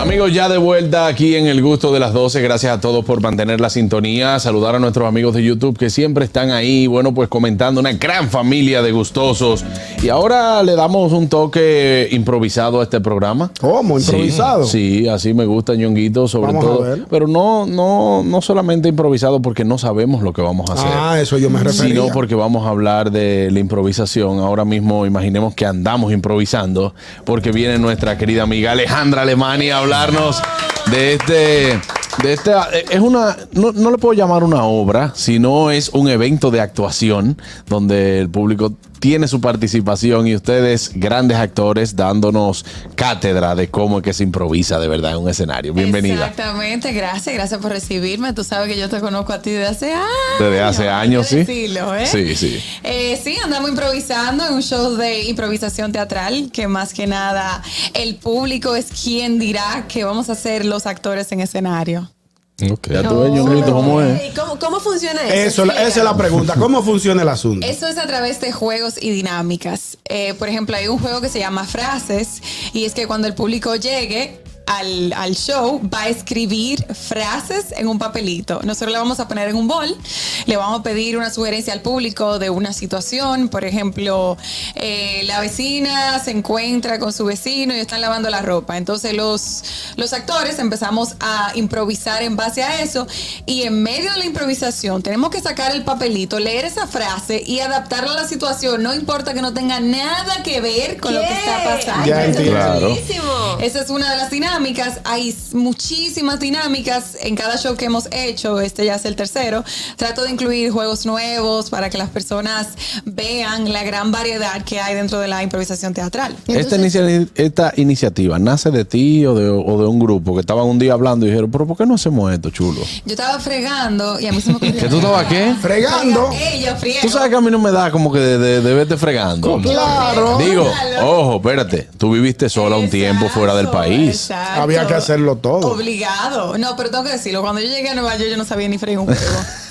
Amigos, ya de vuelta aquí en El Gusto de las 12. Gracias a todos por mantener la sintonía. Saludar a nuestros amigos de YouTube que siempre están ahí, bueno, pues comentando una gran familia de gustosos. Y ahora le damos un toque improvisado a este programa. ¿Cómo? Oh, ¿Improvisado? Sí, sí, así me gusta, ñonguito, sobre Vamos a todo. ver. Pero no, no, no solamente improvisado porque no sabemos lo que vamos a hacer. Ah, eso yo me refería. Sino porque vamos a hablar de la improvisación. Ahora mismo imaginemos que andamos improvisando porque viene nuestra querida amiga Alejandra Alemania a hablarnos de este... De este es una, no, no le puedo llamar una obra, sino es un evento de actuación donde el público tiene su participación y ustedes, grandes actores, dándonos cátedra de cómo es que se improvisa de verdad en un escenario. Bienvenida. Exactamente, gracias, gracias por recibirme. Tú sabes que yo te conozco a ti desde hace años. Desde hace años, hay que sí. decirlo, ¿eh? Sí, sí. Eh, sí, andamos improvisando en un show de improvisación teatral, que más que nada el público es quien dirá que vamos a ser los actores en escenario. Ya tú ves, ñonguito, cómo es. Ey, ¿Cómo, cómo funciona eso? Eso, la- esa es la pregunta. ¿Cómo funciona el asunto? Eso es a través de juegos y dinámicas. Eh, por ejemplo, hay un juego que se llama Frases y es que cuando el público llegue al, al show va a escribir frases en un papelito. Nosotros le vamos a poner en un bol, le vamos a pedir una sugerencia al público de una situación. Por ejemplo, eh, la vecina se encuentra con su vecino y están lavando la ropa. Entonces los, los actores empezamos a improvisar en base a eso y en medio de la improvisación tenemos que sacar el papelito, leer esa frase y adaptarla a la situación. No importa que no tenga nada que ver con lo que está pasando. Ya eso es entiendo. Claro. buenísimo. Esa es una de las dinámicas. Hay s- muchísimas dinámicas en cada show que hemos hecho. Este ya es el tercero. Trato de incluir juegos nuevos para que las personas vean la gran variedad que hay dentro de la improvisación teatral. Esta, inicia- esta iniciativa nace de ti o de, o de un grupo que estaban un día hablando y dijeron, pero ¿por qué no hacemos esto, chulo? Yo estaba fregando y a mí se me ocurrió. ¿Que tú estabas qué? Fregando. Ey, yo friego. Tú sabes que a mí no me da como que de, de, de verte fregando. Claro. Digo, ojo, espérate, tú viviste sola un tiempo fuera del Exacto, país. exacto. Había que hacerlo todo. Obligado. No, pero tengo que decirlo. Cuando yo llegué a Nueva York, yo no sabía ni freír un huevo.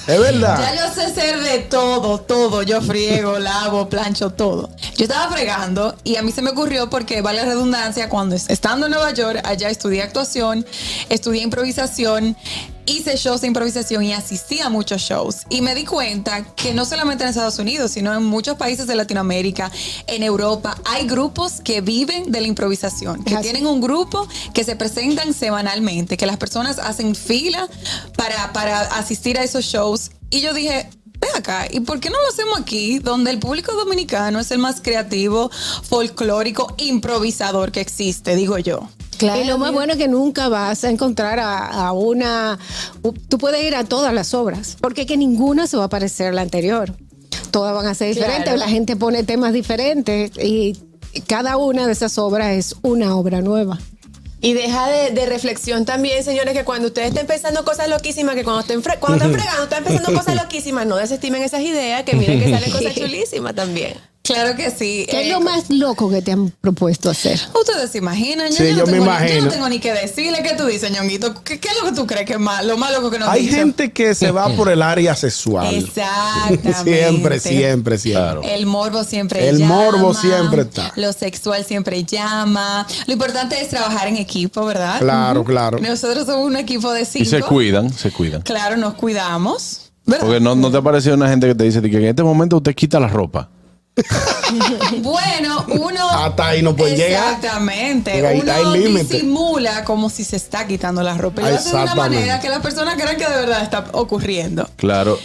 Es eh, Ya verdad. yo sé ser de todo, todo. Yo friego, lavo, plancho, todo. Yo estaba fregando y a mí se me ocurrió porque, vale la redundancia, cuando es- estando en Nueva York, allá estudié actuación, estudié improvisación, hice shows de improvisación y asistí a muchos shows. Y me di cuenta que no solamente en Estados Unidos, sino en muchos países de Latinoamérica, en Europa, hay grupos que viven de la improvisación, que Es así. tienen un grupo que se presentan semanalmente, que las personas hacen fila para, para asistir a esos shows. Y yo dije, ven acá, ¿y por qué no lo hacemos aquí, donde el público dominicano es el más creativo, folclórico, improvisador que existe, digo yo? y lo más bueno es que nunca vas a encontrar a, a una. u- Tú puedes ir a todas las obras, porque que ninguna se va a parecer a la anterior. Todas van a ser diferentes, Claro. la gente pone temas diferentes y cada una de esas obras es una obra nueva. Y deja de, de reflexión también, señores, que cuando ustedes estén pensando cosas loquísimas, que cuando estén, fre- cuando están fregando, están pensando cosas loquísimas, no desestimen esas ideas, que miren que salen cosas chulísimas también. Claro que sí. ¿Qué es Eh, lo más loco que te han propuesto hacer? Ustedes se imaginan, Sí, no yo me tengo ni- yo imagino. no tengo ni que decirle qué tú dices, ñonguito. ¿Qué, qué es lo que tú crees que es malo? Lo malo que nos Hay dicen? gente que se va por el área sexual. Exactamente. Siempre, siempre, siempre. Claro. El morbo siempre El llama. morbo siempre está. Lo sexual siempre llama. Lo importante es trabajar en equipo, ¿verdad? Claro, claro. Nosotros somos un equipo de cinco. Y se cuidan, se cuidan. Claro, nos cuidamos. ¿verdad? Porque no, no te apareció una gente que te dice que en este momento usted quita la ropa. Bueno, uno. Hasta ahí no pueden llegar. Exactamente. Porque ahí Uno está el límite. disimula como si se está quitando la ropa. Y lo hace de una Exactamente. manera que las personas crean que de verdad está ocurriendo. Claro.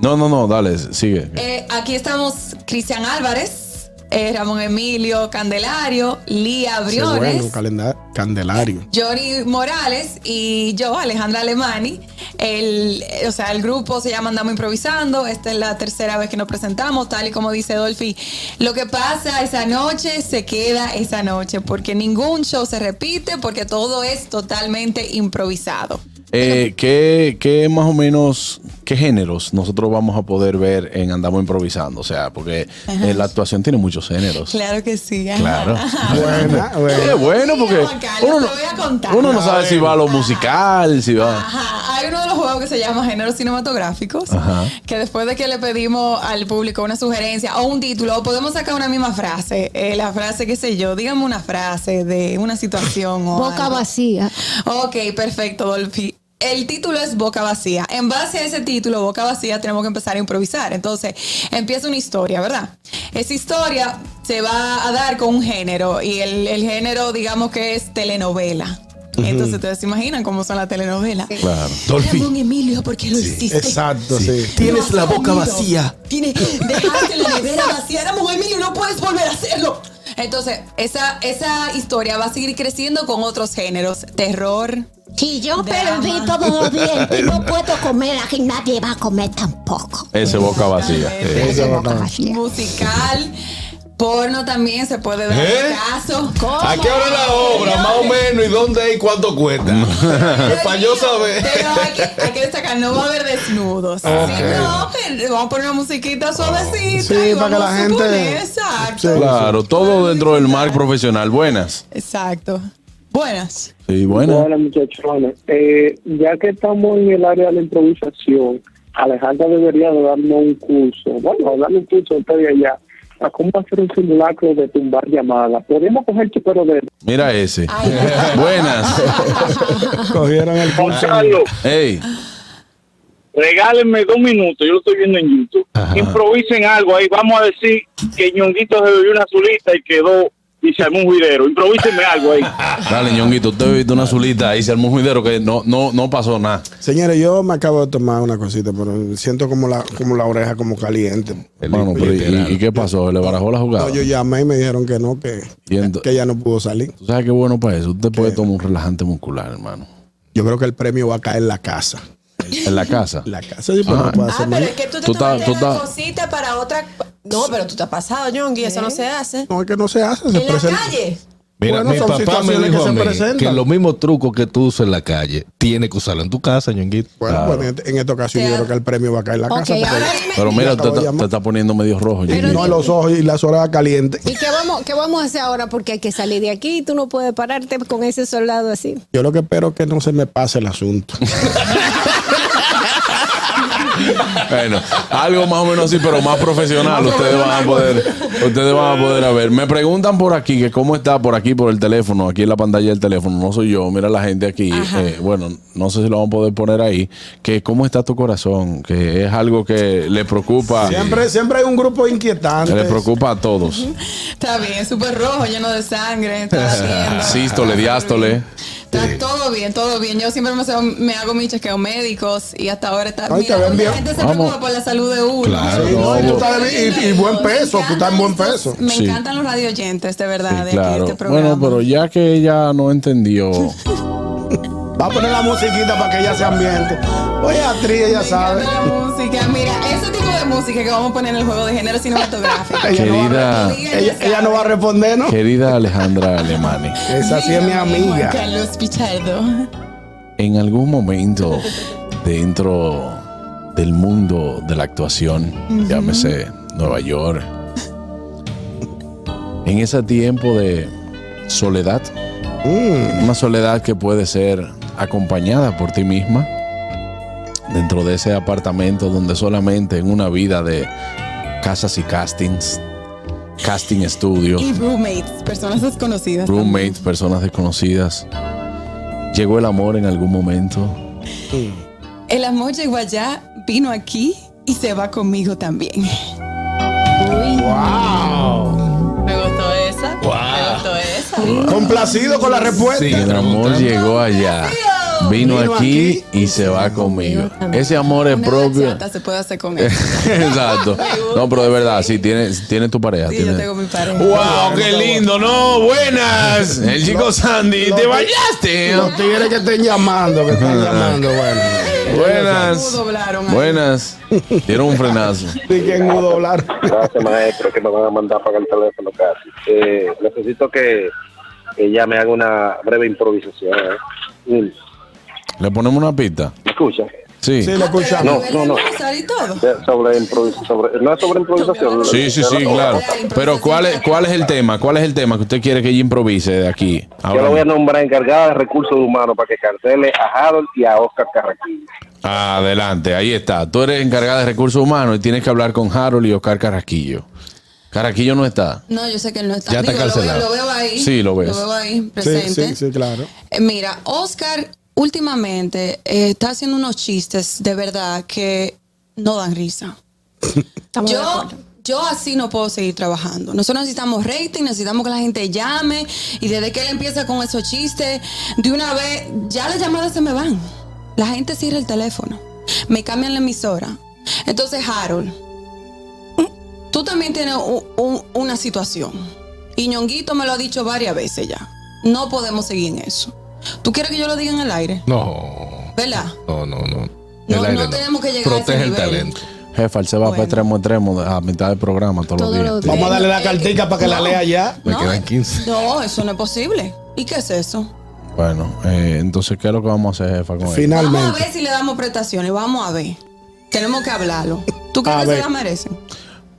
No, no, no, dale, sigue. Eh, aquí estamos Cristian Álvarez, eh, Ramón Emilio Candelario, Lía Qué Briones. bueno, calenda- candelario. Johnny Morales y yo, Alejandra Alemani. El, eh, o sea, el grupo se llama Andamos Improvisando. Esta es la tercera vez que nos presentamos, tal y como dice Dolphy. Lo que pasa esa noche se queda esa noche, porque ningún show se repite, porque todo es totalmente improvisado. Eh, ¿qué, qué más o menos ¿Qué géneros nosotros vamos a poder ver en Andamos Improvisando? O sea, porque eh, la actuación tiene muchos géneros. Claro que sí. ajá. Claro. Buena, buena. Ah, Qué bueno, Sí, porque Juan Carlos, uno no, te voy a contar. Ah. uno no A sabe si va a lo musical, si va. Ajá. Hay uno de los juegos que se llama Géneros Cinematográficos, Ajá. que después de que le pedimos al público una sugerencia o un título, o podemos sacar una misma frase, eh, la frase, qué sé yo, dígame una frase de una situación o Boca algo. vacía. Ok, perfecto, Dolphy. El título es Boca Vacía. En base a ese título, Boca Vacía, tenemos que empezar a improvisar. Entonces, empieza una historia, ¿verdad? Esa historia se va a dar con un género y el, el género, digamos que es telenovela. Entonces, ustedes se imaginan cómo son las telenovelas. Claro. Ramón Emilio, ¿por qué lo hiciste? Exacto, sí. Tienes la boca vacía. Tienes, dejaste la nevera vacía. Ramón Emilio, no puedes volver a hacerlo. Entonces, esa, esa historia va a seguir creciendo con otros géneros. Terror, Si yo Drama. perdí todo bien, no puedo comer, aquí nadie va a comer tampoco. Ese boca vacía. Exactamente. Eh. Esa boca vacía. musical, porno también se puede dar ¿Eh? caso. ¿A qué hora es la obra? Más o menos. ¿Y dónde y cuánto cuesta? Para yo saber. Pero hay que, hay que destacar, no va a haber desnudos. Si no, vamos a poner una Oh. musiquita suavecita. Sí, y para que vamos la a gente- suponer, Exacto. Sí. Claro, todo dentro del marco profesional. Buenas. Exacto. Buenas. Sí, buenas. Hola muchachones, Eh, ya que estamos en el área de la improvisación, Alejandra debería de darnos un curso, bueno, darle un curso a ustedes allá, a cómo hacer un simulacro de tumbar llamadas. Podemos coger chupero de... Mira ese. Buenas. Cogieron el pulso. Ey. regálenme dos minutos, yo lo estoy viendo en YouTube. Ajá. Improvisen algo ahí, vamos a decir que Ñonguito se bebió una azulita y quedó y se armó un juidero. Improvísenme algo ahí. Dale, ñonguito, usted ha visto una azulita ahí, se armó un juidero que no, no, no pasó nada. Señores, yo me acabo de tomar una cosita, pero siento como la, como la oreja como caliente. Bueno, pero ¿y, y qué pasó? ¿Le barajó la jugada? No, yo llamé y me dijeron que no, que, Y ento- que ya no pudo salir. ¿Tú sabes qué bueno para eso? Usted puede tomar un relajante muscular, hermano. Yo creo que el premio va a caer en la casa. En la casa. La casa sí, pero no puede Ah, hacer pero nada. es que tú te Tú tomaste estás- tú la estás- cosita para otra. No, pero tú te has pasado, Yongi, eso no se hace. No, es que no se hace. Se En la presenta- calle. Mira, Bueno, mi son papá me situaciones dijo que se a mí presentan. que los mismos trucos que tú usas en la calle, tiene que usarlo en tu casa, ñonguito. Bueno, pues en, en esta ocasión yo creo que el premio va a caer en la Ok, casa. ahora porque- dime. Pero mira, Yo usted acabo de está- llamar. te está poniendo medio rojo, ñonguito. No, los ojos y las orejas calientes. ¿Y qué vamos, qué vamos a hacer ahora? Porque hay que salir de aquí. Tú no puedes pararte con ese soldado así. Yo lo que espero es que no se me pase el asunto. Bueno, algo más o menos así, pero más profesional. ustedes van a poder, ustedes van a poder a ver. Me preguntan por aquí que cómo está por aquí por el teléfono, aquí en la pantalla del teléfono. No soy yo, mira la gente aquí. Eh, bueno, no sé si lo van a poder poner ahí. Que cómo está tu corazón, que es algo que le preocupa, Siempre, siempre hay un grupo inquietante. que le preocupa a todos. Está bien, súper rojo, lleno de sangre. Está bien. Eh, Sístole, diástole. Está todo bien, todo bien. Yo siempre me, hago- me hago mis chequeos médicos y hasta ahora está Ay, mira, te ven La bien. gente se Vamos. preocupa por la salud de uno. Claro, Sí, no, y, tú No, estás de- y- y buen Me peso, tú estás en buen encantan peso. estos- Me Sí. encantan los radio oyentes, de verdad, Sí, de aquí, de claro. este programa. bueno, pero ya que ella no entendió, Va a poner la musiquita para que ella se ambiente. Oye, actriz, ella Me encanta sabe. la música. Mira, ese tipo de música que vamos a poner en el juego de género cinematográfico. Ella no va Querida. a responder. Ella, ella no va a responder, ¿no? querida Alejandra Alemani. Esa sí es mi Dígame, Juan amiga. Carlos Pichardo. en algún momento dentro del mundo de la actuación, llámese Nueva York, en ese tiempo de soledad, una soledad que puede ser acompañada por ti misma, dentro de ese apartamento donde solamente en una vida de casas y castings, casting estudio, Y roommates, personas desconocidas. roommates, personas desconocidas, llegó el amor en algún momento. El amor llegó allá, vino aquí y se va conmigo también. Me gustó esa. Me gustó esa. Complacido con la respuesta. Sí. El amor llegó allá, vino aquí y se va conmigo. Ese amor es Una propio. Eh, bachata se puede hacer con eso. Exacto. No, pero de verdad, si tienes, tienes tu pareja. Sí, yo tienes- tengo mi pareja. ¡Wow! ¡Qué lindo! ¡No! ¡Buenas! El chico Sandy, lo- ¿te bañaste? Los tigres que estén llamando, que están llamando, bueno. Buenas. Doblaron ahí. Buenas. Dieron un frenazo. Sí, que en Udo hablar. Gracias, maestro, que me van a mandar a pagar el teléfono casi. Eh, necesito que, que ella me haga una breve improvisación. ¿eh? Mm, Le ponemos una pista. ¿Me escucha? Sí. Sí, lo escuchamos. No, no, no. y todo. Eh, Sobre improvisación. Sobre, no es sobre improvisación. Sí, sí, sí, claro. Pero ¿cuál es, ¿cuál es el tema? ¿Cuál es el tema que usted quiere que ella improvise de aquí? Yo Ahora lo voy a nombrar encargada de recursos humanos para que cancele a Harold y a Oscar Carraquillo. Adelante, ahí está. Tú eres encargada de recursos humanos y tienes que hablar con Harold y Oscar Carraquillo. Carraquillo no está. No, yo sé que él no está. Ya está Digo, lo veo- cancelado. Lo veo, ahí. Sí, lo ves. Lo veo ahí, Sí, presente. sí, sí, claro. Eh, Mira, Oscar últimamente eh, está haciendo unos chistes de verdad que no dan risa. Estamos de Yo, acuerdo. yo así no puedo seguir trabajando. Nosotros necesitamos rating, necesitamos que la gente llame y desde que él empieza con esos chistes, de una vez ya las llamadas se me van. La gente cierra el teléfono, me cambian la emisora. Entonces, Harold, tú también tienes u- u- una situación. Y Ñonguito me lo ha dicho varias veces ya. No podemos seguir en eso. ¿Tú quieres que yo lo diga en el aire? No, ¿Verdad? no, no, no. No, El no aire tenemos que llegar a ese Protege el nivel. talento. Jefa, él se va Bueno. para extremo a extremo a mitad del programa todos Todos los los días. días. Vamos a darle la Eh, cartica para que la no. eh, lea ya. Me quedan 15. No, eso no es posible. ¿Y qué es eso? Bueno, eh, entonces, ¿qué es lo que vamos a hacer, jefa? Con él? Vamos a Finalmente. ver si le damos prestaciones, vamos a ver. Tenemos que hablarlo. ¿Tú crees A que ver. se la merecen?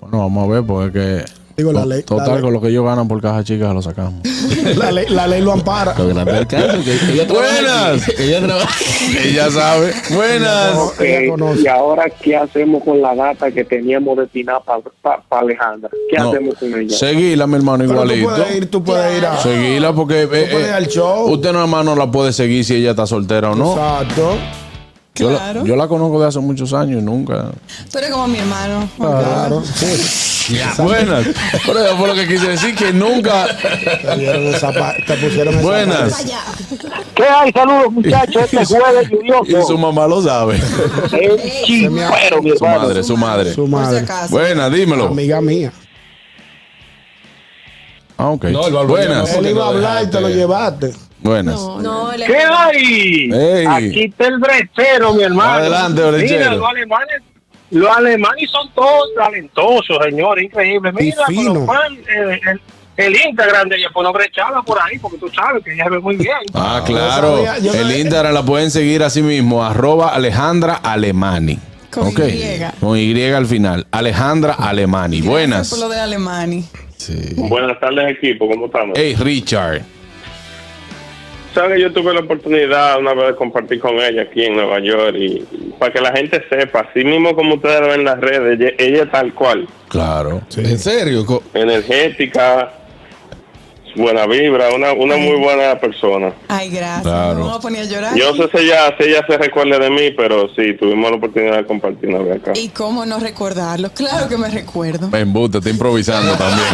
Bueno, vamos a ver, porque es que. Digo, la ley- Total, la ley. con lo que ellos ganan por caja chica, lo sacamos. La ley, la ley lo ampara. Lo grande del caso es que ella trabaja Buenas. aquí, Ella trabaja. Ella sabe. Buenas. Ella conoce. Eh, y ahora, ¿qué hacemos con la data que teníamos destinada para Alejandra? ¿Qué No, hacemos con ella? Seguila, mi hermano, Pero tú igualito. puedes ir, tú puedes ir a. Seguila porque eh, puedes eh, ir al show. usted nada más no la puede seguir si ella está soltera o no. Exacto. Yo, la, Claro. yo la conozco de hace muchos años y nunca. Tú eres como mi hermano. Claro. Sí. Buenas. Pero eso fue lo que quise decir, que nunca. Te dieron esa pa- te pusieron esa Buenas. parte. ¿Qué hay? Saludos, muchachos. Este Y jueves su lluvioso. mamá lo sabe. Es chimpero, mi Su hermano. madre, su madre. Su Por si madre. acaso. Buenas, dímelo. Amiga mía. Ah, ok. No, el barbero Buenas. no. Él iba a hablar y te lo dejaste. llevaste. Buenas. No, él es- ¿Qué hay? Ey. Aquí está el brechero, mi hermano. Adelante, brechero. Mira, los alemanes, los alemanes son todos talentosos, señores, increíble. Mira, Y con lo fino. cual, eh, el, el Instagram de ella, pues no brechaba por ahí, porque tú sabes que ella se ve muy bien. Ah, Yo claro. sabía, yo el sabía. Instagram la pueden seguir así mismo, arroba Alejandra Alemani. Con Ok. Y. Con Y al final. Alejandra Alemani. Buenas. Por lo de Alemania. Buenas tardes, equipo, ¿cómo estamos? Hey, Richard. Sabes que yo tuve la oportunidad una vez de compartir con ella aquí en Nueva York y para que la gente sepa, así mismo como ustedes la ven en las redes, ella, ella tal cual, Claro. ¿En serio? Co- energética, buena vibra, una, una muy buena persona. Ay, gracias. Claro. No me ponía a llorar. Yo no sé si ella, si ella se recuerda de mí, pero sí, tuvimos la oportunidad de compartir una vez acá. Y cómo no recordarlo. Claro que me recuerdo. En te está improvisando también.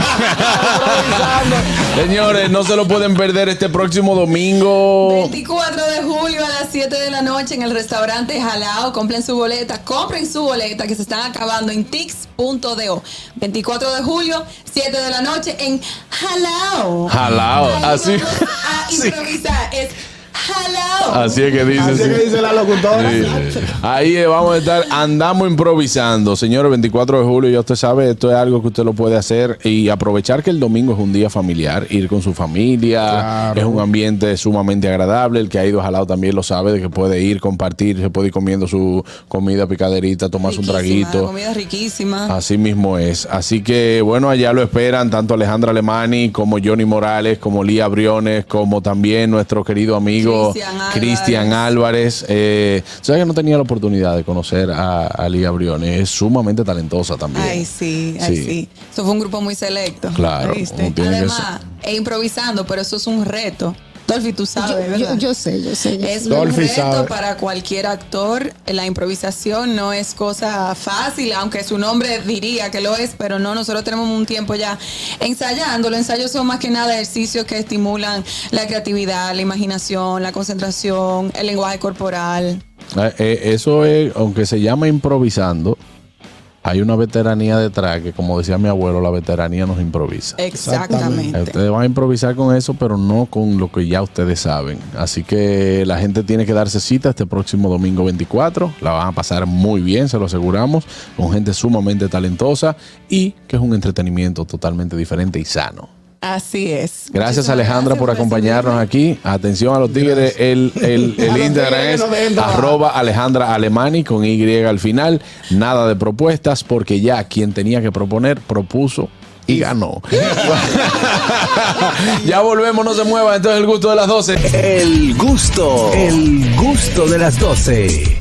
Señores, no se lo pueden perder este próximo domingo. 24 de julio a las 7 de la noche en el restaurante Jalao. Compren su boleta, compren su boleta que se están acabando en tix.do. 24 de julio, 7 de la noche en Jalao. Jalao. Así, Ahí vamos A improvisar. Es Jalao. así es que dice. Así sí. que dice la locutora. Sí. Ahí eh, vamos a estar, andamos improvisando. Señores, 24 de julio, ya usted sabe, esto es algo que usted lo puede hacer y aprovechar que el domingo es un día familiar, ir con su familia, Claro. es un ambiente sumamente agradable. El que ha ido a Jalao también lo sabe, de que puede ir, compartir, se puede ir comiendo su comida picaderita, tomarse un Ah, Riquísima, La traguito. comida es riquísima. Así mismo es. Así que, bueno, allá lo esperan tanto Alejandra Alemani como Johnny Morales, como Lía Briones, como también nuestro querido amigo Cristian Álvarez. Cristian Álvarez. Eh, ¿Sabes que no tenía la oportunidad de conocer a, a Lía Briones? Es sumamente talentosa también. Ay, sí, ay, Sí. sí, Eso fue un grupo muy selecto. Claro, ¿viste? uno tiene que Además, e improvisando, pero eso es un reto. Dolphy, tú sabes, Yo, ¿verdad? yo- yo sé, yo sé. yo sé. Es un Dolphy reto sabe. para cualquier actor. La improvisación no es cosa fácil, aunque su nombre diría que lo es, pero no, nosotros tenemos un tiempo ya ensayando. Los ensayos son más que nada ejercicios que estimulan la creatividad, la imaginación, la concentración, el lenguaje corporal. Eh, eh, eso es, aunque se llama improvisando, hay una veteranía detrás que, como decía mi abuelo, la veteranía nos improvisa. Eh, Exactamente. Ustedes van a improvisar con eso, pero no con lo que ya ustedes saben. Así que la gente tiene que darse cita este próximo domingo 24. La van a pasar muy bien, se lo aseguramos, con gente sumamente talentosa y que es un entretenimiento totalmente diferente y sano. Así es. Gracias Alejandra pues, por acompañarnos aquí. Atención a los tigres, el, el- el A los Instagram tigres es que nos dejen trabajar. arroba Alejandra Alemani con Y al final. Nada de propuestas porque ya quien tenía que proponer propuso y ganó. ya volvemos, no se mueva, entonces el gusto de las 12. El gusto, el gusto de las 12.